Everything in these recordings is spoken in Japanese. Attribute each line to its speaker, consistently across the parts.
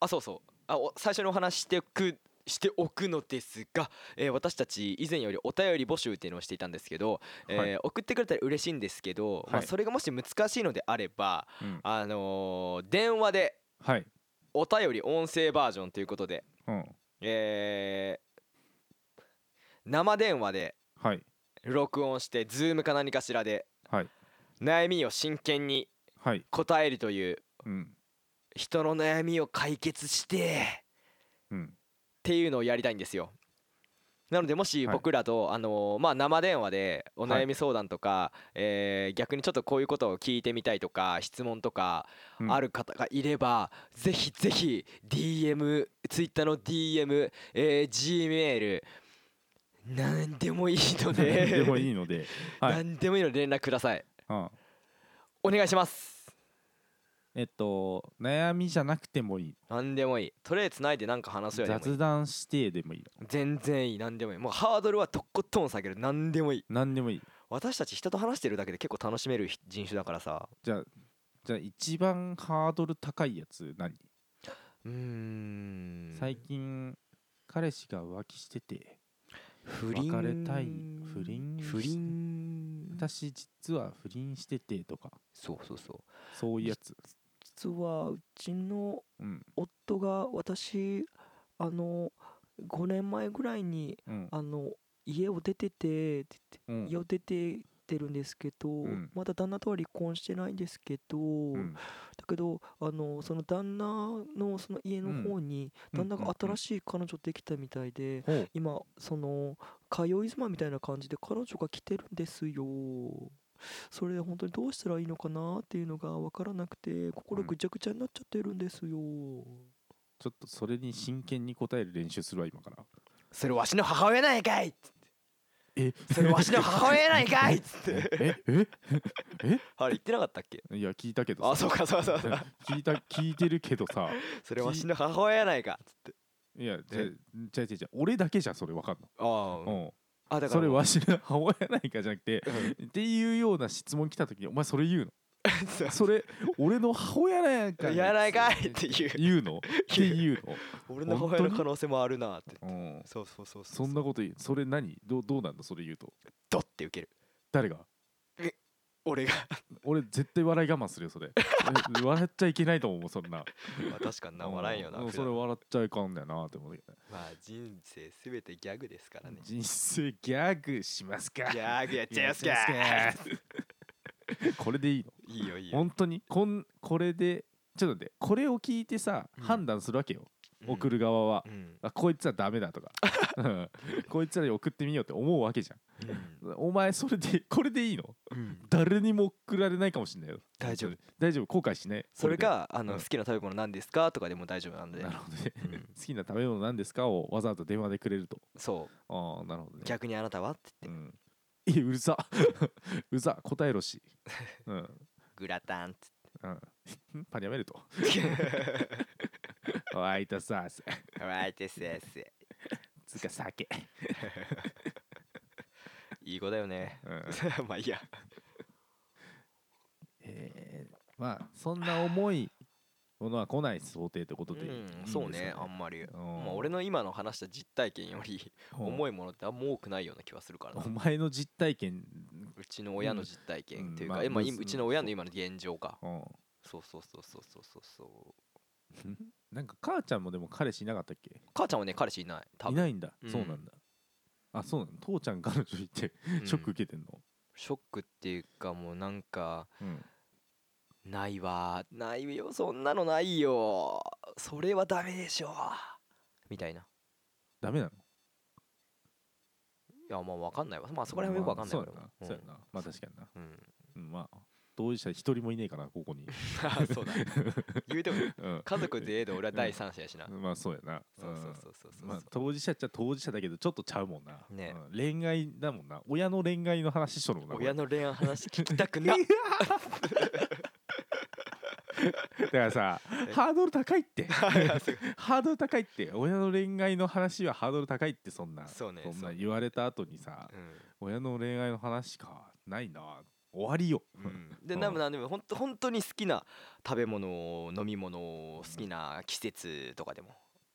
Speaker 1: あそうそうあお最初にお話ししておくしておくのですが、えー私たち以前よりお便り募集っていうのをしていたんですけど、えー
Speaker 2: はい
Speaker 1: 送ってくれたら嬉しいんですけど、まあ、
Speaker 2: はい
Speaker 1: それがもし難しいのであれば、
Speaker 2: うん
Speaker 1: あのー電話で
Speaker 2: はい、
Speaker 1: お便り音声バージョンということで、
Speaker 2: うん、
Speaker 1: えー生電話で
Speaker 2: はい
Speaker 1: 録音してズームか何かしらで
Speaker 2: はい
Speaker 1: 悩みを真剣に
Speaker 2: はい
Speaker 1: 答えるという
Speaker 2: うん
Speaker 1: 人の悩みを解決して
Speaker 2: うん
Speaker 1: っていうのをやりたいんですよなのでもし
Speaker 2: はい
Speaker 1: 僕らと、あのーまあ、生電話でお悩み相談とか、えー逆にちょっとこういうことを聞いてみたいとか質問とか
Speaker 2: うん
Speaker 1: ある方がいれば、ぜひぜひ DMTwitter の DM、えー Gmail 何でもいいので
Speaker 2: 何 でもいいので、はい、
Speaker 1: 何でもいいので連絡ください
Speaker 2: うん、
Speaker 1: お願いします
Speaker 2: えっと悩みじゃなくてもいい
Speaker 1: 何でもいいとりあえずないで何か話すよりもいい
Speaker 2: 雑談指定でもいい
Speaker 1: 全然いい何でもいいもうハードルはとことん下げる何でもいい
Speaker 2: 何でもいい
Speaker 1: 私たち人と話してるだけで結構楽しめる人種だからさ
Speaker 2: じゃあじゃあ一番ハードル高いやつ何、
Speaker 1: うーん
Speaker 2: 最近彼氏が浮気してて
Speaker 1: 不倫
Speaker 2: 別れたい不倫
Speaker 1: 不倫
Speaker 2: 私実は不倫しててとか
Speaker 1: そうそうそう
Speaker 2: そういうやつ
Speaker 1: 実はうちの
Speaker 2: うん
Speaker 1: 夫が私あの5年前ぐらいに
Speaker 2: うん
Speaker 1: あの家を出ててって言
Speaker 2: う
Speaker 1: って
Speaker 2: ん
Speaker 1: 家を出てってるんですけど、
Speaker 2: ん
Speaker 1: まだ旦那とは離婚してないんですけど、
Speaker 2: うん
Speaker 1: だけどあのその旦那のその家の方に
Speaker 2: うん
Speaker 1: 旦那
Speaker 2: うんうん
Speaker 1: が
Speaker 2: うん
Speaker 1: 新しい彼女できたみたいで
Speaker 2: ほう
Speaker 1: 今その通い妻みたいな感じで彼女が来てるんですよそれで本当にどうしたらいいのかなっていうのが分からなくて心
Speaker 2: うん
Speaker 1: ぐちゃぐちゃになっちゃってるんですよ
Speaker 2: ちょっとそれに真剣に答える練習するわ今から
Speaker 1: それわしの母親なんやかい
Speaker 2: え
Speaker 1: それわしの母親なんやかいっ つって
Speaker 2: ええ
Speaker 1: あれ言ってなかったっけ
Speaker 2: いや聞いたけどさ
Speaker 1: あそうかそうそうそう
Speaker 2: 聞いた聞いてるけどさ
Speaker 1: それわしの母親やないかっつって
Speaker 2: いやじゃじゃじゃじゃ俺だけじゃんそれわかんの、
Speaker 1: ああ
Speaker 2: うん
Speaker 1: あだから
Speaker 2: それわしの 母親やないかじゃなくて
Speaker 1: う
Speaker 2: っていうような質問来た時にお前それ言うの
Speaker 1: ん そう
Speaker 2: それ俺の母親なんやんか
Speaker 1: やないかいって 言う
Speaker 2: 言うのって言うの、
Speaker 1: 俺の母親の可能性もあるなって
Speaker 2: うん、
Speaker 1: そうそうそう
Speaker 2: そんなこと言うそれ何どうどうなんだそれ言うと
Speaker 1: ドッて受ける
Speaker 2: 誰が
Speaker 1: 俺 が
Speaker 2: 俺絶対笑い我慢する よそれえ笑っちゃいけないと思うそんな
Speaker 1: まあ確かにな笑えんよな
Speaker 2: うん
Speaker 1: 普
Speaker 2: それ
Speaker 1: 段
Speaker 2: 笑っちゃいかんだよなって思うけどね
Speaker 1: まあ人生すべてギャグですからね
Speaker 2: 人生ギャグしますか
Speaker 1: ギャグやっちゃいます
Speaker 2: やっ
Speaker 1: か
Speaker 2: ちゃいますかこれでいいの
Speaker 1: いいよいいよ
Speaker 2: 本当にこんこれでちょっと待ってこれを聞いてさ、
Speaker 1: うん
Speaker 2: 判断するわけよ送る側は
Speaker 1: う、ん
Speaker 2: あこいつはダメだとか、 うんこいつらに送ってみようって思うわけじゃん
Speaker 1: うん
Speaker 2: お前それでこれでいいの
Speaker 1: うん
Speaker 2: 誰にも送られないかもしれないよ
Speaker 1: 大丈夫
Speaker 2: 大丈夫後悔しない
Speaker 1: それ
Speaker 2: こ
Speaker 1: かあの
Speaker 2: うん
Speaker 1: 好きな食べ物何ですかとかでも大丈夫なん
Speaker 2: で
Speaker 1: で
Speaker 2: なるほどね
Speaker 1: うん
Speaker 2: 好きな食べ物なんですかをわざわざ電話でくれると
Speaker 1: そ
Speaker 2: ああなるほど
Speaker 1: う
Speaker 2: ね
Speaker 1: 逆にあなたはって
Speaker 2: う
Speaker 1: 言って
Speaker 2: んえうるさ うるさ答えろし、うん
Speaker 1: グラタンっつっ
Speaker 2: うん、 パニャメルトホワイトソース
Speaker 1: てホワイトソース
Speaker 2: つうか酒、
Speaker 1: いい子だよね
Speaker 2: うん
Speaker 1: まあいいや
Speaker 2: えーまあそんな重いものは来ない想定ってことでいいんですか、
Speaker 1: うんそうねあんまり
Speaker 2: ん
Speaker 1: まあ俺の今の話した実体験より重いものってあんま多くないような気はするからな
Speaker 2: お前の実体験、
Speaker 1: うちの親の実体験っていう
Speaker 2: う
Speaker 1: か、
Speaker 2: んまあ
Speaker 1: えまあ、
Speaker 2: む
Speaker 1: い
Speaker 2: ず
Speaker 1: うちの親の今の現状か。
Speaker 2: うん、
Speaker 1: そうそうそうそうそうそうそう。
Speaker 2: なんか母ちゃんもでも彼氏いなかったっけ
Speaker 1: 母ちゃんはね、彼氏いない。多
Speaker 2: い
Speaker 1: 分
Speaker 2: ないんだ、
Speaker 1: うん
Speaker 2: そうなんだあそうなの父ちゃん彼女いて
Speaker 1: うん
Speaker 2: ショック受けてんの、
Speaker 1: ショックっていうか、もうなんか、
Speaker 2: うん
Speaker 1: ないわ。ないよ、そんなのないよ。それはダメでしょ。みたいな。
Speaker 2: ダメなの
Speaker 1: いや、まあわかんないわ。まあそこら辺はよくわかんない
Speaker 2: ま
Speaker 1: わ
Speaker 2: あそうやな、
Speaker 1: 俺も
Speaker 2: そうやなまあ確かにな、
Speaker 1: うんうん。
Speaker 2: うん、まあ当事者一人もいねえからここに、
Speaker 1: あ そうだ。言うても、
Speaker 2: うん、
Speaker 1: 家族でええで俺は第三者やしな。
Speaker 2: まあそうやな
Speaker 1: そうそうそうそうそう。
Speaker 2: まあ、当事者っちゃ当事者だけどちょっとちゃうもんな、
Speaker 1: ね
Speaker 2: うん恋愛だもんな親の恋愛の話しとるもんな
Speaker 1: 親
Speaker 2: の
Speaker 1: の恋愛話聞きた くな
Speaker 2: だからさハードル高いって
Speaker 1: す
Speaker 2: ハードル高いって親の恋愛の話はハードル高いってそんな
Speaker 1: そうね
Speaker 2: ん
Speaker 1: そ
Speaker 2: な
Speaker 1: う
Speaker 2: 言われた後にさ、
Speaker 1: うん
Speaker 2: 親の恋愛の話かないな終わりよ、
Speaker 3: うん
Speaker 2: う
Speaker 1: で
Speaker 2: ん
Speaker 1: なんなんでも本当本当に好きな食べ物飲み物好きな季節とかでも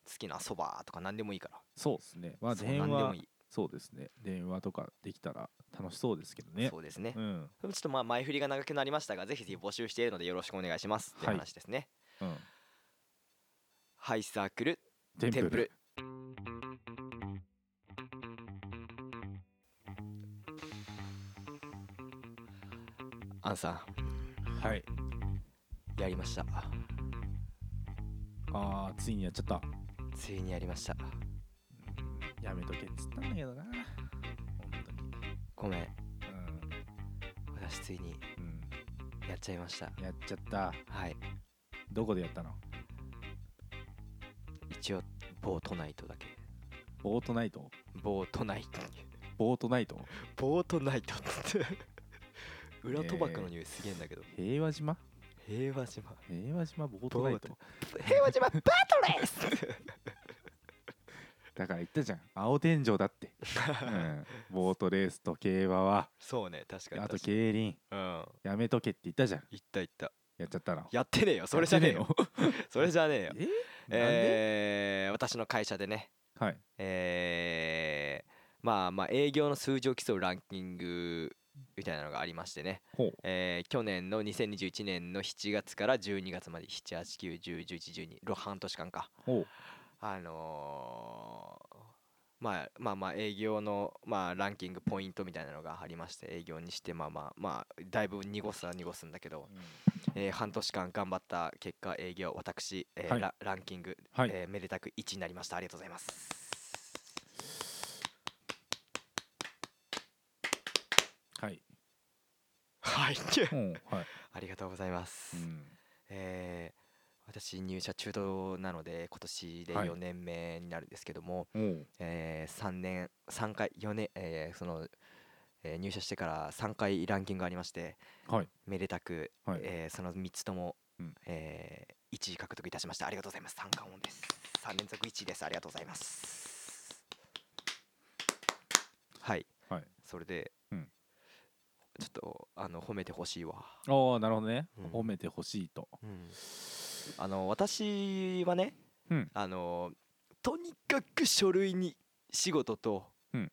Speaker 1: 好きなそばとか何でもいいから、
Speaker 2: そうですねまあ
Speaker 1: そう何
Speaker 2: 電
Speaker 1: でも
Speaker 2: 話
Speaker 1: いい、
Speaker 2: そうですね電話とかできたら楽しそうですけどね
Speaker 1: そうですね、
Speaker 2: うん
Speaker 1: ちょっとまあ前振りが長くなりましたがぜひぜひ募集しているのでよろしくお願いしますって
Speaker 2: はい
Speaker 1: 話ですね、
Speaker 2: うん
Speaker 1: ハイサークル
Speaker 2: テン
Speaker 1: テンプ
Speaker 2: プル
Speaker 1: ルアンさ
Speaker 2: は
Speaker 1: ん
Speaker 2: い
Speaker 1: やりました
Speaker 2: あーついにやっちゃった
Speaker 1: ついにやりました
Speaker 2: やめとけっつったんだけどな本当に
Speaker 1: ごめん私ついに
Speaker 2: うん、
Speaker 1: やっちゃいました
Speaker 2: うん、やっちゃった
Speaker 1: はい
Speaker 2: どこでやったの
Speaker 1: 一応ボートナイトだけ
Speaker 2: ボートナイト
Speaker 1: ボートナイト
Speaker 2: ボートナイト
Speaker 1: ボートナイトって裏賭博の匂いすげえんだけど、
Speaker 2: 平和島
Speaker 1: 平和島
Speaker 2: 平和島ボートナイト
Speaker 1: ボ平和島バトレース
Speaker 2: だから言ったじゃん青天井だって、うん、ボートレースと競馬は
Speaker 1: そうね確かに
Speaker 2: あと
Speaker 1: 確かに
Speaker 2: 競輪
Speaker 1: うん
Speaker 2: やめとけって言ったじゃん
Speaker 1: いったいった
Speaker 2: やっちゃったの
Speaker 1: やってねえよそれじゃねえ
Speaker 2: やっ
Speaker 1: よ
Speaker 2: てね
Speaker 1: それじゃねえよ
Speaker 2: えのえ
Speaker 1: えー、私の会社でね
Speaker 2: ー、はい
Speaker 1: えー、まあまあ営業の数字を競うランキングみたいなのがありましてね
Speaker 2: ほう
Speaker 1: えー去年の2021年の7月から12月まで789101112半年間か
Speaker 2: ほう
Speaker 1: あのーまあまあまあ営業の、まあ、ランキングポイントみたいなのがありまして営業にしてまあまあまあだいぶ濁すは濁すんだけど、えー半年間頑張った結果営業私、えー
Speaker 2: はい
Speaker 1: ラランキング、
Speaker 2: はい、
Speaker 1: えーめでたく1位になりましたありがとうございます
Speaker 2: はい
Speaker 1: はい
Speaker 2: うんはい、
Speaker 1: ありがとうございます、
Speaker 2: うん、
Speaker 1: えー私入社中途なので今年で
Speaker 2: はい
Speaker 1: 4年目になるんですけども、
Speaker 2: おう
Speaker 1: えー、3年3回4年、えーその、えー入社してから3回ランキングがありまして
Speaker 2: はい
Speaker 1: めでたく、
Speaker 2: はい、
Speaker 1: えーその3つとも、
Speaker 2: うん
Speaker 1: え1位獲得いたしましたありがとうございます三冠王です3連続1位ですありがとうございますはい、
Speaker 2: はい
Speaker 1: それで、
Speaker 2: うん
Speaker 1: ちょっとあの褒めてほしいわ、
Speaker 2: ああなるほどね、
Speaker 1: うん
Speaker 2: 褒めてほしいと
Speaker 1: あの私はね、
Speaker 2: うん
Speaker 1: あのとにかく書類に仕事と、
Speaker 2: うん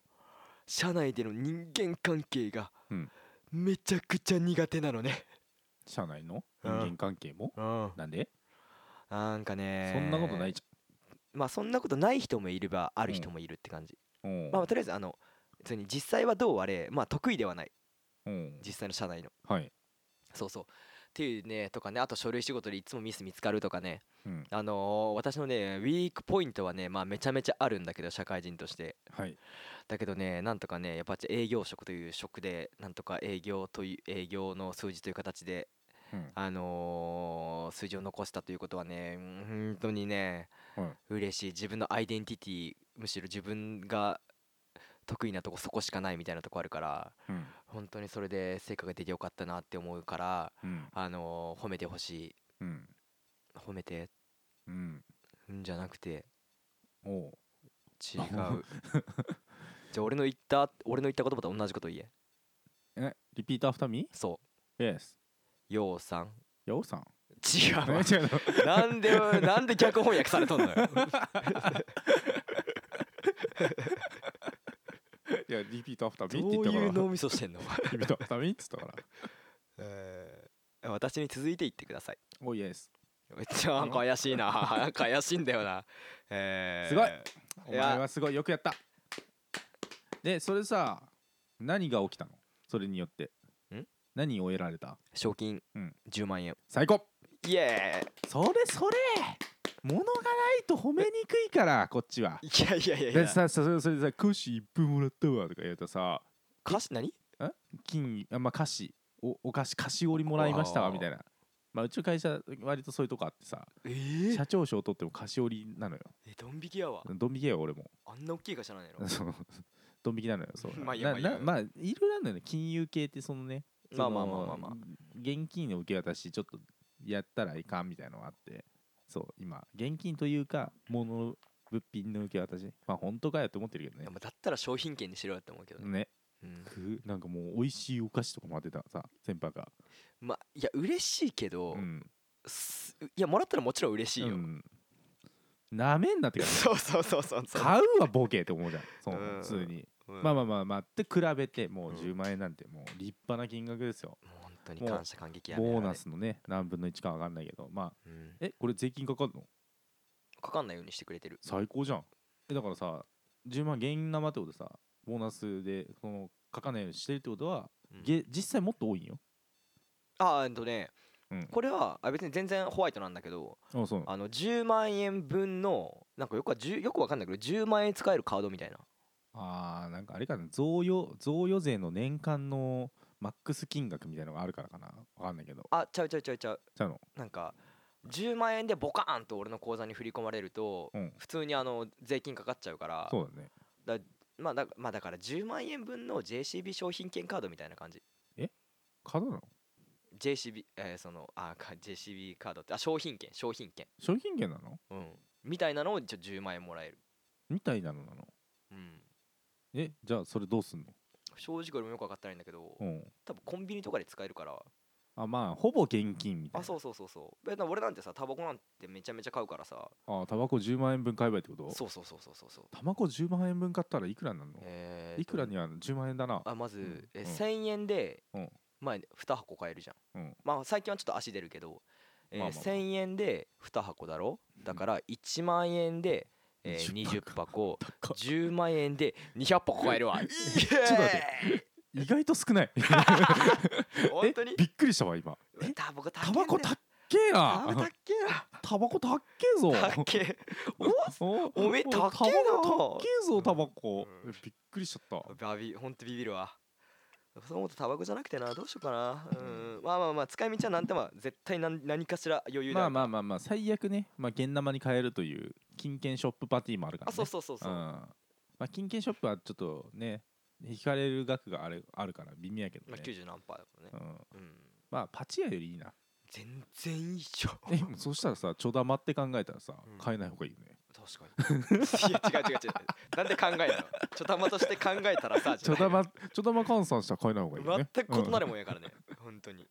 Speaker 1: 社内での人間関係が
Speaker 2: うん
Speaker 1: めちゃくちゃ苦手なのね、
Speaker 2: 社内の
Speaker 1: う
Speaker 2: 人
Speaker 1: ん
Speaker 2: 間関係も、なんで、
Speaker 1: なんかね
Speaker 2: そんなことないじ
Speaker 1: まあそんなことない人もいればある人もいるって感じ、
Speaker 2: ゃんうん
Speaker 1: まあとりあえずあの普通に実際はどうあれまあ得意ではない
Speaker 2: うん
Speaker 1: 実際の社内の
Speaker 2: はい
Speaker 1: そうそうっていうねとかねあと書類仕事でいつもミス見つかるとかね
Speaker 2: うん
Speaker 1: あのー私のねウィークポイントはね、まあ、めちゃめちゃあるんだけど社会人として
Speaker 2: はい
Speaker 1: だけどねなんとかねやっぱ営業職という職でなんとか営業という営業の数字という形で、
Speaker 2: うん
Speaker 1: あのー数字を残したということはねうん本当にね、
Speaker 2: はい
Speaker 1: 嬉しい自分のアイデンティティむしろ自分が得意なとこそこしかないみたいなとこあるから
Speaker 2: うん
Speaker 1: 本当にそれで成果が出てよかったなって思うから、
Speaker 2: うん
Speaker 1: あのー褒めてほしい
Speaker 2: うん
Speaker 1: 褒めて
Speaker 2: うん
Speaker 1: んじゃなくて
Speaker 2: お
Speaker 1: 違
Speaker 2: う
Speaker 1: う じゃあ俺の言った俺の言った言葉と同じこと言え
Speaker 2: えリピートアフターミ
Speaker 1: そ
Speaker 2: ー Yes
Speaker 1: うようさん
Speaker 2: ヤオさん
Speaker 1: 違うわ
Speaker 2: え違うの
Speaker 1: なんでなんで脚本訳されとんのよ
Speaker 2: いやリピートアフターミーっ て
Speaker 1: ど
Speaker 2: 言っ
Speaker 1: う
Speaker 2: たから
Speaker 1: いう脳みそしてんの、
Speaker 2: リピートアフターミーって言ったから
Speaker 1: えー私に続いて言ってください
Speaker 2: おう Yes
Speaker 1: めっちゃなんか怪しいななん か怪しいんだよな、えー
Speaker 2: すごいお
Speaker 1: いや
Speaker 2: 前はすごいよくやったでそれさ何が起きたのそれによって
Speaker 1: ん
Speaker 2: 何を得られた
Speaker 1: 賞金
Speaker 2: うん
Speaker 1: 10万円、
Speaker 2: 最高
Speaker 1: イエ
Speaker 2: それそれ物がないと褒めにくいからこっちは
Speaker 1: ーイいやいやいやい
Speaker 2: で
Speaker 1: や
Speaker 2: ささそれそれでさ「クッシー1分もらったわ」とか言うとさ
Speaker 1: 歌詞何
Speaker 2: 金あまあ菓子おお菓子菓子折りもらいました
Speaker 1: あ
Speaker 2: わ
Speaker 1: ー
Speaker 2: みたいなまあうちの会社割とそういうとこあってさ
Speaker 1: え
Speaker 2: 社長賞取っても菓子折りなのよ
Speaker 1: えドン引きやわ
Speaker 2: ドン引きやよ俺も
Speaker 1: あんな大きい会社なんやろ
Speaker 2: そうドン引きなのよそう
Speaker 1: まあいいやま
Speaker 2: な
Speaker 1: あいいや
Speaker 2: なまあいろいろあるのよね金融系ってそのね
Speaker 1: まあ
Speaker 2: そ
Speaker 1: まあ
Speaker 2: の
Speaker 1: まあまあまあ
Speaker 2: 現金の受け渡しちょっとやったらいかんみたいなのがあってそう今現金というか物物品の受け渡しまあ本当かよって思ってるけど
Speaker 1: い
Speaker 2: ね
Speaker 1: やまあだったら商品券にしろよって思うけどね
Speaker 2: ね
Speaker 1: うん
Speaker 2: くなんかもう美味しいお菓子とかも当てたさ先輩が
Speaker 1: まあいや嬉しいけど、
Speaker 2: うん
Speaker 1: すいやもらったらもちろん嬉しいよ、
Speaker 2: うんなめんなって感 じ
Speaker 1: そうそうそうそう そう
Speaker 2: 買うはボケって思うじゃんそう
Speaker 1: うん
Speaker 2: 普通に
Speaker 1: うん
Speaker 2: まあまあまあまあって比べてもううん10万円なんてもう立派な金額ですよ
Speaker 1: もう本当に
Speaker 2: もう
Speaker 1: 感謝感激やね
Speaker 2: ボーナスのね何分の1か分かんないけどまあ
Speaker 1: あれうん
Speaker 2: えこれ税金かかるの
Speaker 1: かかんないようにしてくれてる
Speaker 2: 最高じゃんえだからさ10万円生ってことさボーナスでそのかかんないようにしてるってことは、
Speaker 1: うん
Speaker 2: げ実際もっと多いんよ
Speaker 1: あーえっとね、
Speaker 2: うん
Speaker 1: これはあ別に全然ホワイトなんだけど
Speaker 2: あそう
Speaker 1: あの10万円分のなんかよくは10よくわかんないけど10万円使えるカードみたいな
Speaker 2: あーなんかあれかな贈与贈与税の年間のマックス金額みたいなのがあるからかな分かんないけど
Speaker 1: あちゃうちゃうちゃうちゃう
Speaker 2: じゃあの
Speaker 1: なんか10万円でボカーンと俺の口座に振り込まれると、
Speaker 2: うん
Speaker 1: 普通にあの税金かかっちゃうから
Speaker 2: そうだね
Speaker 1: まあだまあ、だから10万円分の JCB 商品券カードみたいな感じ
Speaker 2: カードなの
Speaker 1: JCB、えーそのあか JCB カードってあ商品券商品券、
Speaker 2: 商品券なの
Speaker 1: うん、みたいなのをちょ10万円もらえる、
Speaker 2: みたいなのなの
Speaker 1: うん、
Speaker 2: えじゃあそれどうすんの
Speaker 1: 正直俺もよく分かってないんだけど、
Speaker 2: うん
Speaker 1: 多分コンビニとかで使えるから
Speaker 2: あまあほぼ現金みたい
Speaker 1: あ
Speaker 2: な
Speaker 1: そうそうそうそう別に俺なんてさタバコなんてめちゃめちゃ買うからさ
Speaker 2: あタバコ10万円分買えばいいってこと
Speaker 1: そうそうそうそうそうそう
Speaker 2: タバコ10万円分買ったらいくらになるの、
Speaker 1: えーと
Speaker 2: いくらには10万円だな
Speaker 1: あまず、
Speaker 2: うん
Speaker 1: え
Speaker 2: うん
Speaker 1: 1000円で、
Speaker 2: うん
Speaker 1: まあ、2箱買えるじゃん、
Speaker 2: うん
Speaker 1: まあ、最近はちょっと足出るけど、えー
Speaker 2: まあまあまあ
Speaker 1: 1000円で2箱だろだから1万円で、えー
Speaker 2: 20
Speaker 1: 20箱
Speaker 2: 高っ
Speaker 1: 10万円で200箱買えるわイエ
Speaker 2: っと待
Speaker 1: ーイ
Speaker 2: 意外と少ない
Speaker 1: 本当に
Speaker 2: え びっくりしたわ今え
Speaker 1: タバコ高
Speaker 2: タ
Speaker 1: えんだ
Speaker 2: バ
Speaker 1: よ
Speaker 2: コたっけえ
Speaker 1: タバコ高
Speaker 2: な
Speaker 1: っけえ
Speaker 2: タバコたっけえぞ
Speaker 1: な高っけえ
Speaker 2: お
Speaker 1: おめえ高えな
Speaker 2: タバコ高えぞタバコ、
Speaker 1: うん
Speaker 2: びっくりしちゃった
Speaker 1: バビほんとビビるわそう思うとタバコじゃなくてなどうしようかなうんまあまあまあ使い道はなんてまあ絶対何何かしら余裕だ
Speaker 2: ま
Speaker 1: よ
Speaker 2: あまあまあまあ最悪ねまあ現生に変えるという金券ショップパーティーもあるから、ね、
Speaker 1: あそうそうそうそう
Speaker 2: うんまあ、金券ショップはちょっとね引かれる額があれあるから微妙やけど
Speaker 1: まあ
Speaker 2: ね、
Speaker 1: 90何パーだもんね
Speaker 2: うん、
Speaker 1: うん
Speaker 2: まあパチ屋よりいいな
Speaker 1: 全然いいじゃん
Speaker 2: えでもそしたらさちょだまって考えたらさ、
Speaker 1: うん
Speaker 2: 買えない方がいいよね
Speaker 1: 確かに いや違う違う違うなんで考えたのちょたまとして考えたらさ
Speaker 2: ちょだ
Speaker 1: ま
Speaker 2: まちょだま換算したら買えない方がいいよね
Speaker 1: 全く異なる
Speaker 2: も
Speaker 1: もんやからね本当に
Speaker 2: ん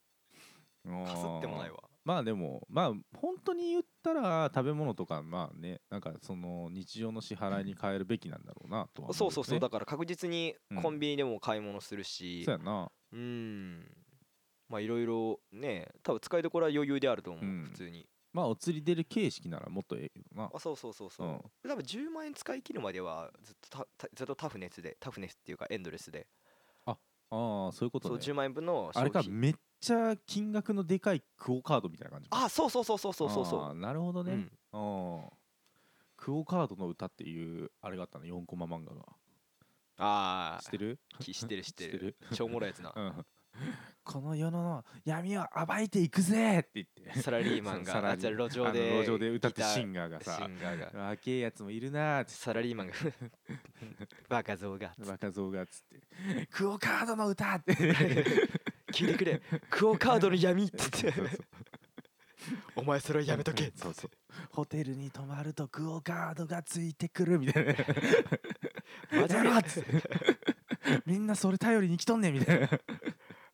Speaker 1: かすってもないわ
Speaker 2: まあでもまあ本当に言ったら食べ物とかまあねなんかその日常の支払いに変えるべきなんだろうなとは思
Speaker 1: そうそうそう
Speaker 2: よね
Speaker 1: だから確実にコンビニでも買い物するし
Speaker 2: そうやな
Speaker 1: うんまあいろいろね多分使いどころは余裕であると思う、
Speaker 2: うん
Speaker 1: 普通に
Speaker 2: まあお釣り出る形式ならもっとええけどな
Speaker 1: あそうそうそうそうう、
Speaker 2: ん
Speaker 1: 多分10万円使い切るまではずっとたたずっとタフネスでタフネスっていうかエンドレスで
Speaker 2: ああそういうこと
Speaker 1: そう
Speaker 2: ね
Speaker 1: 10万円分の
Speaker 2: あれか
Speaker 1: 商品
Speaker 2: めっちゃ金額のでかいクオカードみたいな感じ
Speaker 1: あそうそうそうそうそうそうそ
Speaker 2: あー
Speaker 1: う
Speaker 2: なるほど
Speaker 1: うん
Speaker 2: ねうんクオカードの歌っていうあれがあったの4コマ漫画が
Speaker 1: ああ
Speaker 2: 知ってる
Speaker 1: き知ってる知って
Speaker 2: 知って
Speaker 1: る
Speaker 2: る
Speaker 1: 超おもろいやつな
Speaker 2: うん この世の闇を暴いていくぜって言って
Speaker 1: サラリーマン
Speaker 2: サ
Speaker 1: が
Speaker 2: ラ
Speaker 1: あ
Speaker 2: リ
Speaker 1: じゃあ路
Speaker 2: あ
Speaker 1: 上
Speaker 2: の
Speaker 1: で
Speaker 2: 路上で歌って
Speaker 1: ギター
Speaker 2: シンガーがさ
Speaker 1: シンガーが
Speaker 2: 若えやつもいるなーっつっ
Speaker 1: サラリーマン が バカ像が
Speaker 2: て若造がっつって「クオカードの歌!」って
Speaker 1: 聞いてくれクオカードの闇っつって
Speaker 2: そうそう
Speaker 1: お前それはやめとけ
Speaker 2: そうそうホテルに泊まるとクオカードがついてくるみ たいな
Speaker 1: マジ
Speaker 2: や
Speaker 1: で
Speaker 2: めろっつってみんなそれ頼りに来とんねんみたいな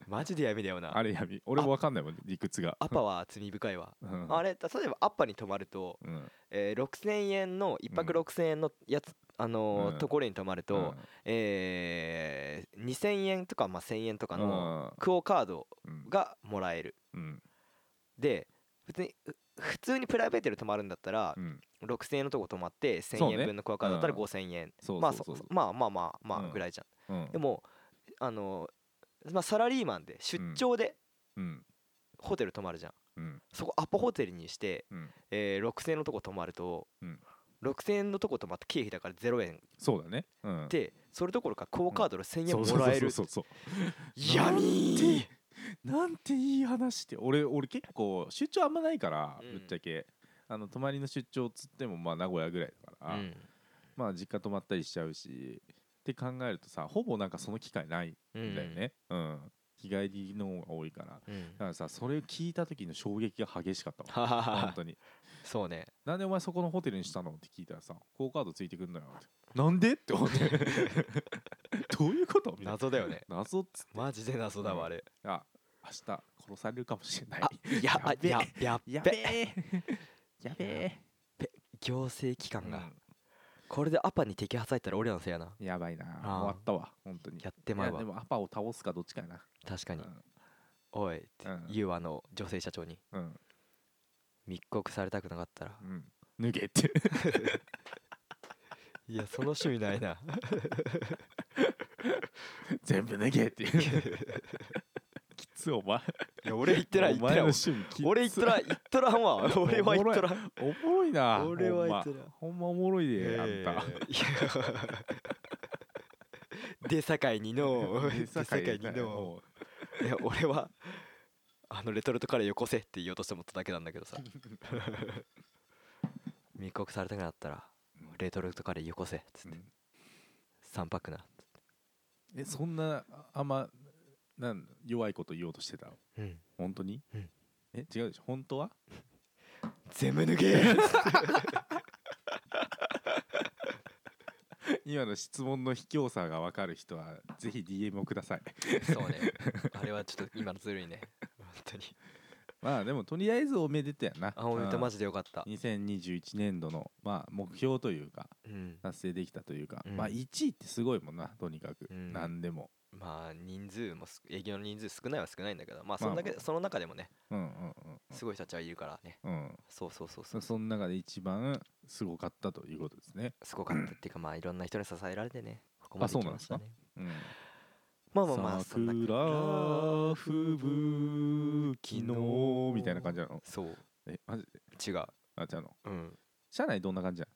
Speaker 1: マジで闇だよな
Speaker 2: あれ闇俺もわかんないもん理屈が、
Speaker 1: アパは罪深いわ
Speaker 2: うん、
Speaker 1: あれ例えばアッパに泊まると、
Speaker 2: うん
Speaker 1: えー、6000円の1泊
Speaker 2: うん
Speaker 1: 6000円のやつ、あのー
Speaker 2: うん
Speaker 1: ところに泊まると、
Speaker 2: うん
Speaker 1: えー、2000円とか、まあ、1000円とかの
Speaker 2: うん
Speaker 1: クオ・カード
Speaker 2: うん
Speaker 1: がもらえる
Speaker 2: うん
Speaker 1: で普通にふ普通にプライベートで泊まるんだったら
Speaker 2: う、ん
Speaker 1: 6000円のとこ泊まって1000
Speaker 2: そうね
Speaker 1: 円分のクオ・カードだったら
Speaker 2: うん
Speaker 1: 5000円、
Speaker 2: そう
Speaker 1: ま
Speaker 2: そ
Speaker 1: あ
Speaker 2: うそう
Speaker 1: そまあまあまあまあ
Speaker 2: うん
Speaker 1: ぐらいじゃん、
Speaker 2: うん
Speaker 1: でもあのーまあ、サラリーマンで出張で
Speaker 2: うん
Speaker 1: ホテル泊まるじゃん
Speaker 2: うん
Speaker 1: そこアパホテルにして、
Speaker 2: うん
Speaker 1: えー、6000円のとこ泊まると、
Speaker 2: うん
Speaker 1: 6000円のとこ泊まって経費だから0円
Speaker 2: そうだねうん
Speaker 1: でそれどころかクオ・カードの1000円
Speaker 2: そう
Speaker 1: もらえる
Speaker 2: そうそうそうそう
Speaker 1: 闇
Speaker 2: なんていい話って俺俺結構出張あんまないから、
Speaker 1: うん
Speaker 2: ぶっちゃけあの泊まりの出張つってもまあ名古屋ぐらいだから、
Speaker 1: うん
Speaker 2: まあ実家泊まったりしちゃうしって考えるとさほぼなんかその機会ないん
Speaker 1: う
Speaker 2: だよ
Speaker 1: ん
Speaker 2: ね、うん日帰りの方が多いからだ
Speaker 1: うん
Speaker 2: からさそれを聞いた時の衝撃が激しかったわ
Speaker 1: ははは
Speaker 2: 本
Speaker 1: は
Speaker 2: 当に
Speaker 1: そうね
Speaker 2: なんでお前そこのホテルにしたのって聞いたらさクオカードついてくんのよってなんでっ て思ってどういうことみたいな
Speaker 1: 謎だよね
Speaker 2: 謎っつっ
Speaker 1: マジで謎だわあれ
Speaker 2: てあ明日殺されるかもしれない
Speaker 1: あいやあ
Speaker 2: やべえ
Speaker 1: ややっ
Speaker 2: やべ
Speaker 1: べ
Speaker 2: え やべえ
Speaker 1: 行政機関が、
Speaker 2: う
Speaker 1: これでアパに摘発入ったら俺らのせいやなん
Speaker 2: やばいな終
Speaker 1: あー
Speaker 2: わったわ本当に
Speaker 1: やってまう
Speaker 2: いや
Speaker 1: わ
Speaker 2: でもアパを倒すかどっちかやな
Speaker 1: 確かに、
Speaker 2: うん
Speaker 1: おいって
Speaker 2: うん
Speaker 1: 言うあの女性社長に
Speaker 2: うん
Speaker 1: 密告されたくなかったら
Speaker 2: うん脱げって
Speaker 1: いやその趣味ないな
Speaker 2: 全部脱げっていう きつお 前
Speaker 1: いや俺言ってない
Speaker 2: お
Speaker 1: 言っ
Speaker 2: 前
Speaker 1: て
Speaker 2: の
Speaker 1: ない
Speaker 2: 趣味きつ
Speaker 1: 俺言ってない言っとらんわ俺は言っとらん
Speaker 2: おもろいな
Speaker 1: 俺は言ってない
Speaker 2: ほんまほんまおもろい
Speaker 1: い
Speaker 2: で
Speaker 1: や
Speaker 2: あんた
Speaker 1: 出境にの
Speaker 2: 出
Speaker 1: 出
Speaker 2: 境
Speaker 1: 境
Speaker 2: にな
Speaker 1: にのいや俺はあのレトルトからよこせって言おうとしてもっただけなんだけ どさ密告されたくなったらレトルトカレーよこせっつ
Speaker 2: う
Speaker 1: って
Speaker 2: ん
Speaker 1: 3パックな
Speaker 2: えそんなああんまなん弱いこと言おうとしてた
Speaker 1: うん
Speaker 2: 本当に、
Speaker 1: うん
Speaker 2: え違うでしょ本当は
Speaker 1: 全部抜け
Speaker 2: 今の質問の卑怯さが分かる人はぜひ DM をください
Speaker 1: そうねあれはちょっと今のずるいね本当に
Speaker 2: まあでもとりあえずおめでとうやな
Speaker 1: あおめでとうマジでよかった
Speaker 2: うん2021年度の、まあ、目標というか
Speaker 1: うん
Speaker 2: 達成できたというか、
Speaker 1: うん
Speaker 2: まあ1位ってすごいもんなとにかく、
Speaker 1: うん
Speaker 2: 何でも、
Speaker 1: まあ人数もす営業の人数少ないは少ないんだけどまあ
Speaker 2: まあ
Speaker 1: そんだけその中でもね
Speaker 2: うんうん
Speaker 1: すごい人たちはいるからね
Speaker 2: うんうんうん
Speaker 1: そうそうそうそ
Speaker 2: そうその中で一番すごかったということですね、
Speaker 1: すごかったっていうかまあいろんな人に支えられてねここ
Speaker 2: あ
Speaker 1: まで
Speaker 2: そう
Speaker 1: 来
Speaker 2: なん
Speaker 1: ま
Speaker 2: で
Speaker 1: し
Speaker 2: すか
Speaker 1: たね
Speaker 2: うん、
Speaker 1: まあまあまあそんな
Speaker 2: 桜吹雪のみたいな感じなの
Speaker 1: そう
Speaker 2: えマジで
Speaker 1: 違う
Speaker 2: あ違うの
Speaker 1: うん
Speaker 2: 社内どんな感じな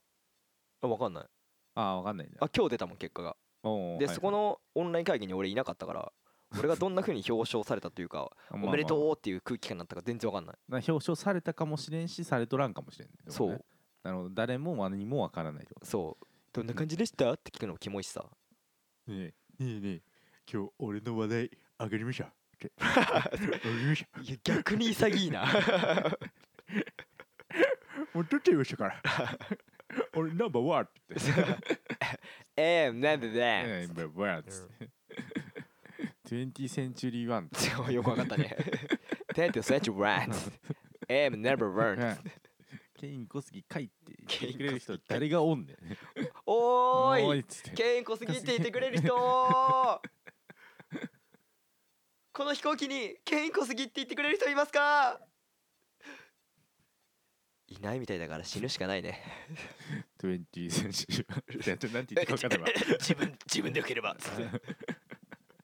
Speaker 1: あ分かんない
Speaker 2: のあーわかんないんだ
Speaker 1: あ今日出たもん結果が
Speaker 2: おー
Speaker 1: で、
Speaker 2: はい
Speaker 1: そこのオンライン会議に俺いなかったから俺がどんなふうに表彰されたというか
Speaker 2: あ まあまあ
Speaker 1: おめでとうっていう空気感になったか全然わかんない
Speaker 2: な表彰されたかもしれんしされとらんかもしれんね、でもね
Speaker 1: そう
Speaker 2: なるほど誰も何もわからないってこと
Speaker 1: そうどんな感じでしたって聞くのもキモいしさ
Speaker 2: ねえねえねえ今日俺の話題あげりま した
Speaker 1: いや逆に潔いな
Speaker 2: もう取ってましたから 俺ナンバーワンって言って
Speaker 1: ええなんでだよ
Speaker 2: ええナンバーワンっつ って20センチュリーワン
Speaker 1: そう よくわかったね Ten to century rats I'm never learned
Speaker 2: ケイン小杉かいって言ってくれる
Speaker 1: ケイン小杉
Speaker 2: 人
Speaker 1: かい
Speaker 2: 誰がおんねん
Speaker 1: お
Speaker 2: お
Speaker 1: ー
Speaker 2: ー
Speaker 1: い
Speaker 2: っつって
Speaker 1: ケイン小杉って言ってくれる人 この飛行機にケイン小杉って言ってくれる人いますかいないみたいだから死ぬしかないね
Speaker 2: 20センチュリーワンちょっとなんて言ってか分かんないわ
Speaker 1: 自分自分でよけれ ば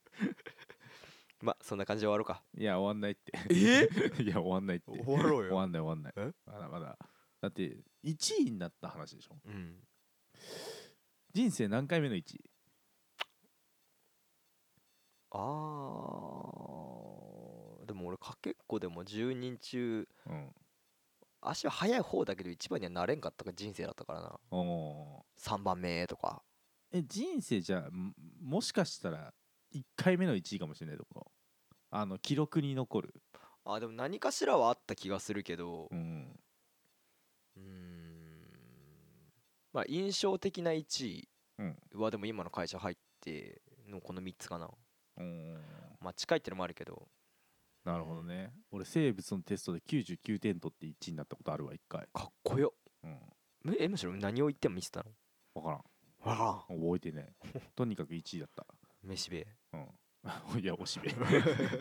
Speaker 1: まあそんな感じで終わろうか
Speaker 2: いや終わんないって
Speaker 1: え
Speaker 2: いや終わんないって
Speaker 1: 終わろうよ
Speaker 2: 終わんない終わんない
Speaker 1: え
Speaker 2: まだまだだって1位になった話でしょ
Speaker 1: うん
Speaker 2: 人生何回目の1位
Speaker 1: あーでも俺かけっこでも10人中
Speaker 2: うん
Speaker 1: 足は速い方だけど一番にはなれんかったから人生だったからな
Speaker 2: おー
Speaker 1: 3番目とか
Speaker 2: え人生じゃあももしかしたら1回目の1位かもしれないとこあの記録に残る
Speaker 1: あでも何かしらはあった気がするけど
Speaker 2: うん
Speaker 1: うーんまあ印象的な1位
Speaker 2: うん
Speaker 1: はでも今の会社入ってのこの3つかな
Speaker 2: うん
Speaker 1: まあ近いってのもあるけど
Speaker 2: なるほどね俺生物のテストで99点取って1位になったことあるわ1回
Speaker 1: かっこよ
Speaker 2: うん
Speaker 1: むえむしろ何を言っても見せたの
Speaker 2: 分からん
Speaker 1: わか
Speaker 2: 覚えてねとにかく1位だった
Speaker 1: らんめし べ
Speaker 2: うん いやおし べ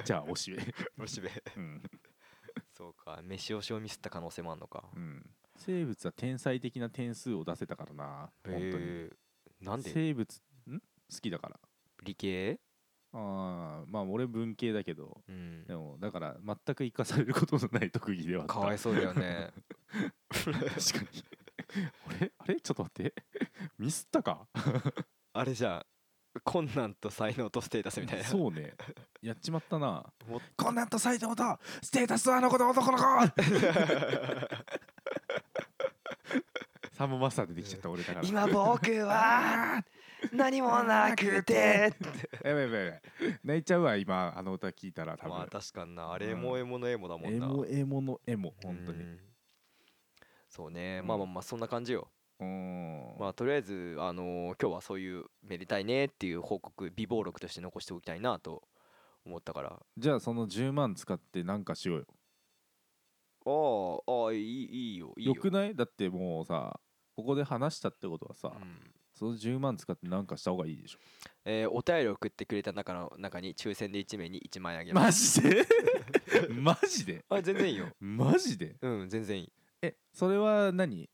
Speaker 2: じゃあおしべ
Speaker 1: めしべ
Speaker 2: うん
Speaker 1: そうか飯押しをミスった可能性もあるのか
Speaker 2: うん生物は天才的な点数を出せたからな本当に
Speaker 1: へーなんで
Speaker 2: 生物ん好きだから
Speaker 1: 理系
Speaker 2: ああまあ俺文系だけど
Speaker 1: うん
Speaker 2: でもだから全く生かされることのない特技ではあった
Speaker 1: かわいそうだよ ね
Speaker 2: 確かにあれあれちょっと待って ミスったか
Speaker 1: あれじゃん困難と才能とステータスみたいな
Speaker 2: そうねやっちまったな
Speaker 1: もっ
Speaker 2: こんなんと埼玉とステータスはあの子と 男の子サムマスター出てきちゃった俺だから
Speaker 1: 今僕は何もなくて
Speaker 2: やばいやばいやばい泣いちゃうわ今あの歌聞いたら多分、
Speaker 1: まあ確かになあれエモエモのエモだも
Speaker 2: エ
Speaker 1: んな
Speaker 2: モエモのエモ本当に
Speaker 1: うんそうね、
Speaker 2: うん
Speaker 1: まあまあまあそんな感じよ
Speaker 2: うん
Speaker 1: まあとりあえずあのー今日はそういうめでたいねっていう報告備忘録として残しておきたいなと思ったから
Speaker 2: じゃあその10万使ってなんかしようよ
Speaker 1: ああああいいいいよいいよ
Speaker 2: よくないだってもうさここで話したってことはさ、
Speaker 1: うん
Speaker 2: その10万使ってなんかした方がいいでしょ
Speaker 1: えーお便りを送ってくれた中の中に抽選で1名に1万円あげます、
Speaker 2: マジで マジで
Speaker 1: あ全然いいよ
Speaker 2: マジで
Speaker 1: うん全然いい
Speaker 2: えそれは何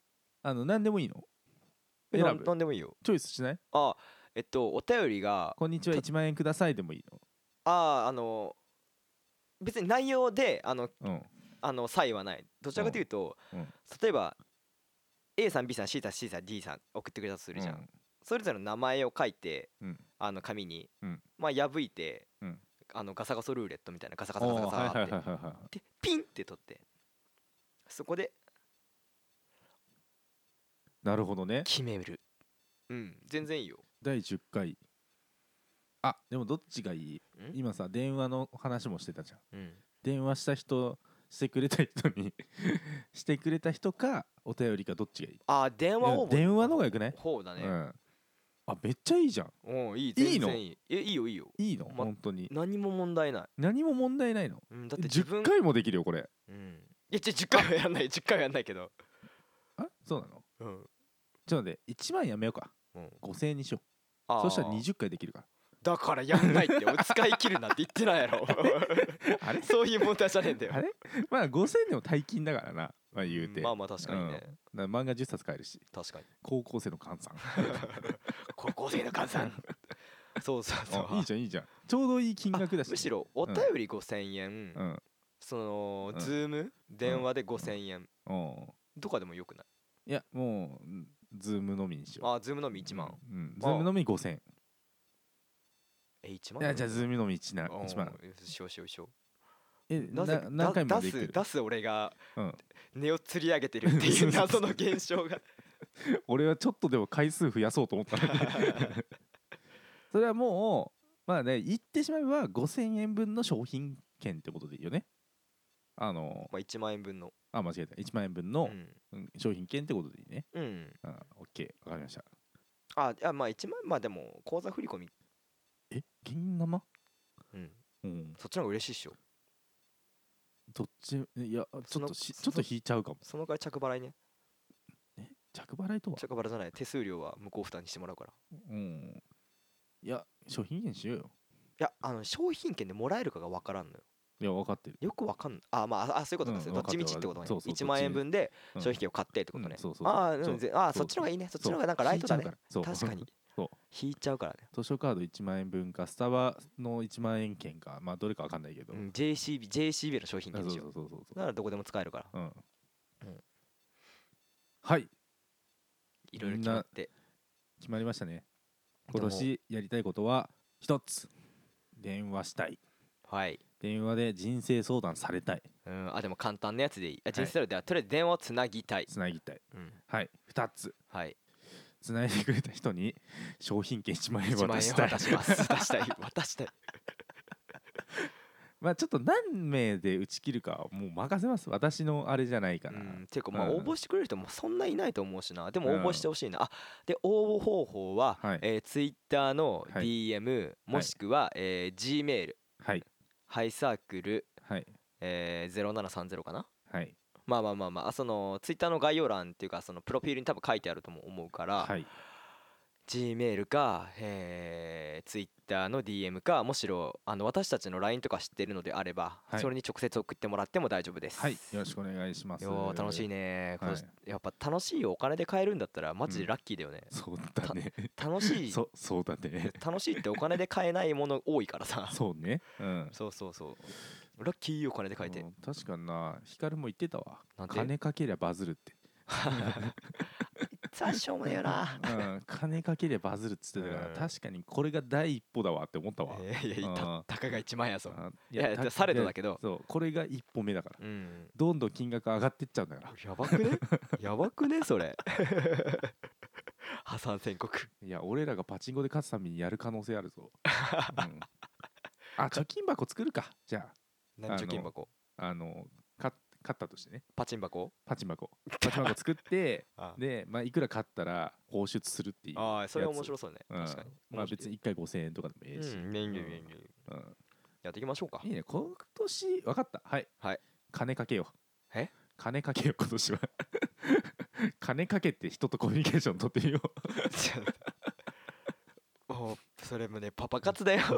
Speaker 2: あの何でもいいの選
Speaker 1: な
Speaker 2: ぶ
Speaker 1: なんでもいいよ
Speaker 2: チョイスしない
Speaker 1: あえっとお便りが
Speaker 2: こんにちは
Speaker 1: た
Speaker 2: 1万円くださいでもいい
Speaker 1: あーあの別に内容であの
Speaker 2: のうん
Speaker 1: あの差異はないどちらかというと、
Speaker 2: うんうん
Speaker 1: 例えば A さん B さん C さん C さん D さん送ってくれたとするじゃん、それぞれの名前を書いて、
Speaker 2: うん
Speaker 1: あの紙に、
Speaker 2: うん
Speaker 1: まあ破いて、
Speaker 2: うん
Speaker 1: あのガサガサルーレットみたいなガサガ
Speaker 2: う
Speaker 1: サガ
Speaker 2: ん
Speaker 1: サガ
Speaker 2: おーはい
Speaker 1: サ
Speaker 2: はい
Speaker 1: っ
Speaker 2: はい
Speaker 1: て
Speaker 2: はいはい
Speaker 1: でピンって取ってそこで
Speaker 2: なるほどね
Speaker 1: 決めるうん全然いいよ
Speaker 2: 第10回あでもどっちがいい
Speaker 1: ん
Speaker 2: 今さ電話の話もしてたじゃん
Speaker 1: うん
Speaker 2: 電話した人してくれた人 にしてくれた人かお便りかどっちがいい
Speaker 1: あー電話
Speaker 2: い
Speaker 1: 応
Speaker 2: や
Speaker 1: 募
Speaker 2: 電話の方がよくない
Speaker 1: ほうだ
Speaker 2: う
Speaker 1: ね、
Speaker 2: ん、あめっちゃいいじゃん
Speaker 1: うん、いい
Speaker 2: いい
Speaker 1: 全
Speaker 2: の
Speaker 1: 然いいえいいよいいよ
Speaker 2: いいの、
Speaker 1: ま
Speaker 2: 本当に
Speaker 1: 何も問題ない、
Speaker 2: 何も問題ないの
Speaker 1: うん、だって自
Speaker 2: 10
Speaker 1: 分
Speaker 2: 回もできるよこれ
Speaker 1: うん、いやちょ10回はやんない10回はやんないけど
Speaker 2: あそうなの
Speaker 1: うん、
Speaker 2: ちょっと待って1万やめようか
Speaker 1: うん、
Speaker 2: 5000円にしよ
Speaker 1: あ
Speaker 2: う
Speaker 1: ー
Speaker 2: そしたら20回できるか
Speaker 1: だからやんないってお使い切るなんて言ってないや ろ
Speaker 2: ら あれ
Speaker 1: そういう問題じゃねえんだよ
Speaker 2: あれまあ5000円でも大金だからなまあ言うて、
Speaker 1: まあまあ確かにね、
Speaker 2: な漫画10冊買えるし
Speaker 1: 確かに
Speaker 2: 高校生の換算
Speaker 1: 高校生の換 算そうそう そう
Speaker 2: あいいじゃんいいじゃんちょうどいい金額だし
Speaker 1: むしろお便り5000円、
Speaker 2: うん
Speaker 1: その、
Speaker 2: うん
Speaker 1: ズーム電話で5000円、
Speaker 2: うん
Speaker 1: とかでもよくない
Speaker 2: いやもうんズームのみにしよう
Speaker 1: あーズームのみ1万、
Speaker 2: うん、ズ
Speaker 1: まあ
Speaker 2: ームのみ5000円
Speaker 1: え1
Speaker 2: い
Speaker 1: 万
Speaker 2: やじゃあズームのみ1な1万
Speaker 1: うんしようしようしよう
Speaker 2: え
Speaker 1: なぜ
Speaker 2: な何回も
Speaker 1: だ出
Speaker 2: できて
Speaker 1: す
Speaker 2: る
Speaker 1: 出す俺が
Speaker 2: うん
Speaker 1: 根を吊り上げてるっていう
Speaker 2: そうそ
Speaker 1: 謎
Speaker 2: う
Speaker 1: の
Speaker 2: そう
Speaker 1: 現象が
Speaker 2: 俺はちょっとでも回数増やそうと思ったのにそれはもうまあね言ってしまえば5000円分の商品券ってことでいいよねあの
Speaker 1: まあ1万円分の
Speaker 2: あ間違えた1万円分
Speaker 1: う
Speaker 2: の
Speaker 1: ん、
Speaker 2: うん商品券ってことでいいね
Speaker 1: うん、
Speaker 2: うん OK わかりました
Speaker 1: あいやまあ1万まあでも口座振り込み、
Speaker 2: え銀生
Speaker 1: うん、
Speaker 2: うん
Speaker 1: そっちの方が嬉しいっしょ
Speaker 2: どっちいやち
Speaker 1: そ
Speaker 2: ょっ
Speaker 1: の
Speaker 2: としち
Speaker 1: その
Speaker 2: ょっと引いちゃうかも
Speaker 1: その代わり着払いね
Speaker 2: 着払いとは
Speaker 1: 着払いじゃない手数料は向こう負担にしてもらうから
Speaker 2: うんいや商品券しようよ
Speaker 1: いやあの商品券でもらえるかが分からんのよ
Speaker 2: いや分かってる
Speaker 1: よく分かんあまああそういうことか、
Speaker 2: うん
Speaker 1: そういうどっちみちってことね
Speaker 2: 分かってるそうそう
Speaker 1: 1万円分で
Speaker 2: うん
Speaker 1: 商品券を買ってってことね、
Speaker 2: うんそうそうそう
Speaker 1: あー
Speaker 2: そ
Speaker 1: うん
Speaker 2: う
Speaker 1: ぜあー
Speaker 2: そう
Speaker 1: そっちの方がいいねそっち
Speaker 2: そう
Speaker 1: の方がなんかライトだね
Speaker 2: 引いちゃうらそう
Speaker 1: 確かに
Speaker 2: そう
Speaker 1: 引いちゃうからね、
Speaker 2: 図書カード1万円分かスタバの1万円券かまあどれか分かんないけど、
Speaker 1: うん JCB, JCB の商品
Speaker 2: あ
Speaker 1: 券
Speaker 2: そう
Speaker 1: にし
Speaker 2: そ
Speaker 1: よ
Speaker 2: うそうそう
Speaker 1: うならどこでも使えるから
Speaker 2: うん、
Speaker 1: うん
Speaker 2: はい
Speaker 1: いろいろ決まって
Speaker 2: 決まりましたね
Speaker 1: で
Speaker 2: 今
Speaker 1: も
Speaker 2: 年やりたいことは一つ電話したい
Speaker 1: はい、
Speaker 2: 電話で人生相談されたい
Speaker 1: うん、あでも簡単なやつでいいあ
Speaker 2: い
Speaker 1: 人生相談ではとりあえず電話をつなぎたい、
Speaker 2: つなぎたい
Speaker 1: うん、
Speaker 2: はい2つ
Speaker 1: はい
Speaker 2: つないでくれた人に商品券1万円
Speaker 1: 1万
Speaker 2: 渡
Speaker 1: 円
Speaker 2: した
Speaker 1: 渡
Speaker 2: い
Speaker 1: し ます渡したい渡したい
Speaker 2: まあちょっと何名で打ち切るかはもう任せます私のあれじゃないから、
Speaker 1: うん、ていうかまあ
Speaker 2: うん
Speaker 1: 応募してくれる人もそんないないと思うしなでも
Speaker 2: う
Speaker 1: 応
Speaker 2: ん
Speaker 1: 募してほしいな、あで応募方法は、
Speaker 2: はい
Speaker 1: えー、Twitter の
Speaker 2: はい
Speaker 1: DM、もしくは、えー、Gmail
Speaker 2: はい
Speaker 1: ハイサークル、
Speaker 2: はい
Speaker 1: えー、0730かな
Speaker 2: はい
Speaker 1: まあまあまあまああその Twitter の概要欄っていうかそのプロフィールに多分書いてあるとも思うから、
Speaker 2: はい、
Speaker 1: Gmail か、えー、Twitter の DM かむしろあの私たちの LINE とか知ってるのであれば、
Speaker 2: はい
Speaker 1: それに直接送ってもらっても大丈夫です。
Speaker 2: はい、よろしくお願いします
Speaker 1: いやー楽しいね、今年
Speaker 2: は
Speaker 1: やっぱ楽しいよお金で買えるんだったらマジで
Speaker 2: うん
Speaker 1: ラッキーだよね、
Speaker 2: そうだね
Speaker 1: 楽しい
Speaker 2: そそうだ ね
Speaker 1: 楽しいってお金で買えないもの多いからさ
Speaker 2: そうねうん
Speaker 1: そうそうそうラッキーお金で買 えて
Speaker 2: うん確かにな光も言ってたわ
Speaker 1: なんて
Speaker 2: 金かけりゃバズるって
Speaker 1: 最初もねえよ な
Speaker 2: うん金かけりゃバズるっつってたから、
Speaker 1: うん
Speaker 2: 確かにこれが第一歩だわって思ったわ、
Speaker 1: いやいや
Speaker 2: あ
Speaker 1: た
Speaker 2: ー
Speaker 1: たかが1万円やぞ
Speaker 2: あ
Speaker 1: いやされどだけ
Speaker 2: いや
Speaker 1: ど
Speaker 2: そうこれが一歩目だから
Speaker 1: うん
Speaker 2: どんどん金額上がってっちゃうんだから
Speaker 1: やばくね やばくねそれ破産宣 告
Speaker 2: いや俺らがパチンコで勝つためにやる可能性ある ぞ、うんあ貯金箱作るかじゃ
Speaker 1: 何貯金箱
Speaker 2: ああのか勝ったとしてね
Speaker 1: パチン箱
Speaker 2: パチンコパチンコ作って
Speaker 1: ああ
Speaker 2: で、まあ、いくら勝ったら放出するっていう
Speaker 1: ああそれ
Speaker 2: やつ
Speaker 1: 面白そうね、
Speaker 2: うん
Speaker 1: 確かに
Speaker 2: まあ別に1回5000円とかでもえ
Speaker 1: う
Speaker 2: えし、
Speaker 1: ん、メインゲームメインゲーム
Speaker 2: うん
Speaker 1: やっていきましょうか
Speaker 2: いいね今年分かったはい、
Speaker 1: はい
Speaker 2: 金かけよう
Speaker 1: え
Speaker 2: 金かけよう今年は 金かけて人とコミュニケーション取ってみよう
Speaker 1: ち ょっともうそれもねパパ活だよ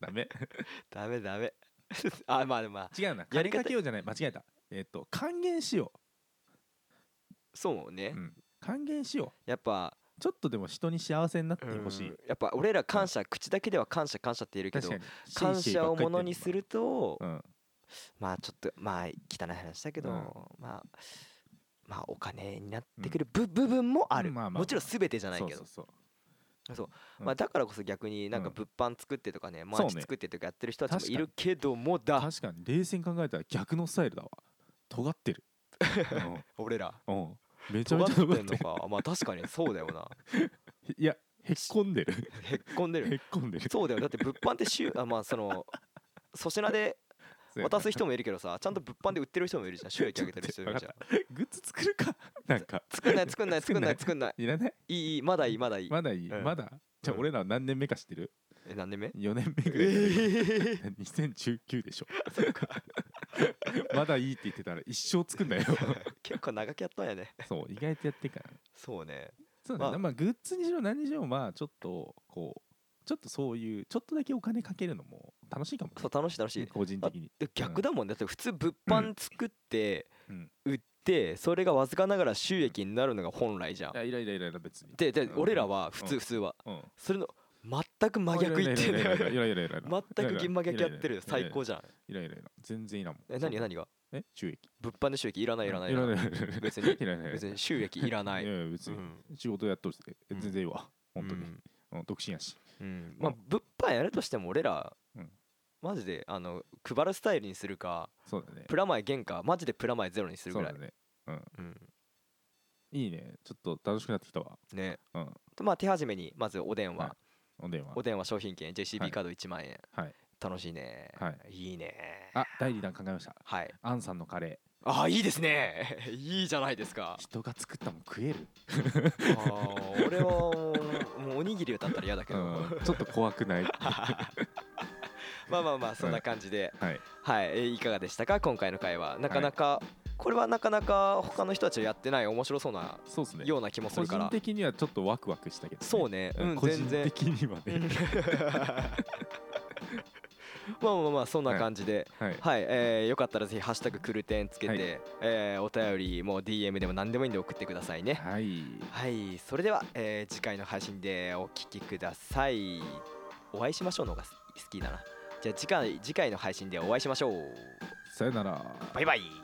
Speaker 2: ダメ
Speaker 1: ダメダメ あまあでもまあ
Speaker 2: 違うな
Speaker 1: やり
Speaker 2: 金
Speaker 1: 方
Speaker 2: かけようじゃない間違えたえっ、と還元しよ
Speaker 1: そう
Speaker 2: う、
Speaker 1: ね、
Speaker 2: うん還元しよ
Speaker 1: やっぱ
Speaker 2: うちょっとでも人に幸せになってほしい、
Speaker 1: うんやっぱ俺ら感謝、口だけでは感謝感謝って言えるけ
Speaker 2: 確
Speaker 1: ど
Speaker 2: かに
Speaker 1: 感謝をものにす
Speaker 2: る、
Speaker 1: ると、
Speaker 2: うん、
Speaker 1: まあちょっとまあ汚い話だけど、
Speaker 2: うん
Speaker 1: まあまあお金になってくる部部分もある、
Speaker 2: うんまあまあまあ
Speaker 1: もちろん全てじゃないけど
Speaker 2: そうそうそううん
Speaker 1: まあ、だからこそ逆になんか
Speaker 2: うん
Speaker 1: 物販作ってとかね、マ
Speaker 2: そう
Speaker 1: ー
Speaker 2: ね
Speaker 1: チ作ってとかやってる人たち
Speaker 2: 確
Speaker 1: も
Speaker 2: かに
Speaker 1: いるけどもだ
Speaker 2: 確かに冷静に考えたら逆のスタイルだわ尖って る、
Speaker 1: 俺ら
Speaker 2: うんうんめちゃ
Speaker 1: 尖
Speaker 2: め
Speaker 1: ってん
Speaker 2: ちゃ尖ってる
Speaker 1: のかまあ確かにそうだよ な
Speaker 2: いやへっこんでる
Speaker 1: へっこんで
Speaker 2: へ
Speaker 1: る
Speaker 2: っこんでる
Speaker 1: そうだよだって物販ってしゅあまあその粗品 で渡す人もいるけどさちゃんと物販で売ってる人もいるじゃん収益上げてる人もいるじゃん
Speaker 2: グッズ作るかなんか
Speaker 1: 作んない作んない作んない作んない
Speaker 2: いらない
Speaker 1: いいいいまだいいまだいい、
Speaker 2: まだいい、
Speaker 1: うん
Speaker 2: まだじゃあ俺ら何年目か知ってる
Speaker 1: え何年 目
Speaker 2: 4年目ぐらいだよ、
Speaker 1: え え
Speaker 2: 2019でしょ まだいいって言ってたら一生作 んなよ
Speaker 1: 結構長くやったんやね
Speaker 2: そう意外とやってっから
Speaker 1: そうね
Speaker 2: そうだね、
Speaker 1: まあ
Speaker 2: まあグッズにしろ何にしろまあちょっとこうちょっとそういうちょっとだけお金かけるのも楽しいかもね
Speaker 1: そう楽しい楽しい
Speaker 2: 個人的に
Speaker 1: で逆だもんねだって普通物販作って
Speaker 2: うん
Speaker 1: 売ってそれがわずかながら収益になるのが本来じゃん
Speaker 2: いやいらいらいらいら別に
Speaker 1: でで
Speaker 2: うん
Speaker 1: 俺らは普
Speaker 2: う
Speaker 1: 通
Speaker 2: ん
Speaker 1: 普通は
Speaker 2: うん
Speaker 1: それの全く真逆言ってんだよね
Speaker 2: いらいらいらいらいらいらいらいらいらいら
Speaker 1: 全く銀真逆やってる最高
Speaker 2: じ
Speaker 1: じゃん
Speaker 2: ゃんいらいらいら全然いらんもん
Speaker 1: え何が何が
Speaker 2: え収益
Speaker 1: 物販で収益いらないいらないい
Speaker 2: い
Speaker 1: ら
Speaker 2: ら
Speaker 1: ない
Speaker 2: ないいらない
Speaker 1: 別に
Speaker 2: いらない
Speaker 1: 別に収益いらない
Speaker 2: いやや別
Speaker 1: う
Speaker 2: に
Speaker 1: ん
Speaker 2: 仕事やっとるしえ
Speaker 1: うん
Speaker 2: 全然いいわ本当に
Speaker 1: うん
Speaker 2: うん独身やし
Speaker 1: うんまあ物販やるとしても俺ら
Speaker 2: うん
Speaker 1: マジであの配るスタイルにするか
Speaker 2: そうだね
Speaker 1: プラマイ原価マジでプラマイゼロにする
Speaker 2: そ
Speaker 1: ぐ
Speaker 2: う
Speaker 1: ら
Speaker 2: だ
Speaker 1: い
Speaker 2: ね
Speaker 1: うん
Speaker 2: いいねちょっと楽しくなってきたわ
Speaker 1: ね
Speaker 2: うん
Speaker 1: とまあ手始めにまずおでんは
Speaker 2: はいお電話
Speaker 1: お電話商品券
Speaker 2: は
Speaker 1: JCB
Speaker 2: い
Speaker 1: カード1万円、
Speaker 2: はい
Speaker 1: 楽しいね、、
Speaker 2: はい
Speaker 1: いね
Speaker 2: あ第二弾考えました
Speaker 1: はい
Speaker 2: アンさんのカレ
Speaker 1: あいいですね いいじゃないですか
Speaker 2: ー人が作ったもん食える
Speaker 1: あー俺はもうもうおにぎり歌ったら嫌だけど、
Speaker 2: うんちょっと怖くないは
Speaker 1: まあまあまあそんな感じで、
Speaker 2: い
Speaker 1: はいえーいかがでしたか今回の会はなかなか、これはなかなか他の人たちはやってない面白そうな
Speaker 2: そうですね
Speaker 1: ような気もす
Speaker 2: 個
Speaker 1: るか
Speaker 2: 人
Speaker 1: ら
Speaker 2: 的にはちょっとワクワクしたけど、
Speaker 1: そうねうん
Speaker 2: 個人
Speaker 1: 全然
Speaker 2: 的には
Speaker 1: うん
Speaker 2: ね
Speaker 1: まあまあまあそんな感じで、
Speaker 2: はい
Speaker 1: はい、えーよかったらぜひ「ハッシュタグクルテン」つけて、
Speaker 2: はい
Speaker 1: えーお便りも DM でも何でもいいんで送ってくださいね。
Speaker 2: はい
Speaker 1: はい、それでは、えー次回の配信でお聞きください。お会いしましょうのが好きだな。じゃあ次回次回の配信でお会いしましょう。
Speaker 2: さよなら
Speaker 1: バイバイ。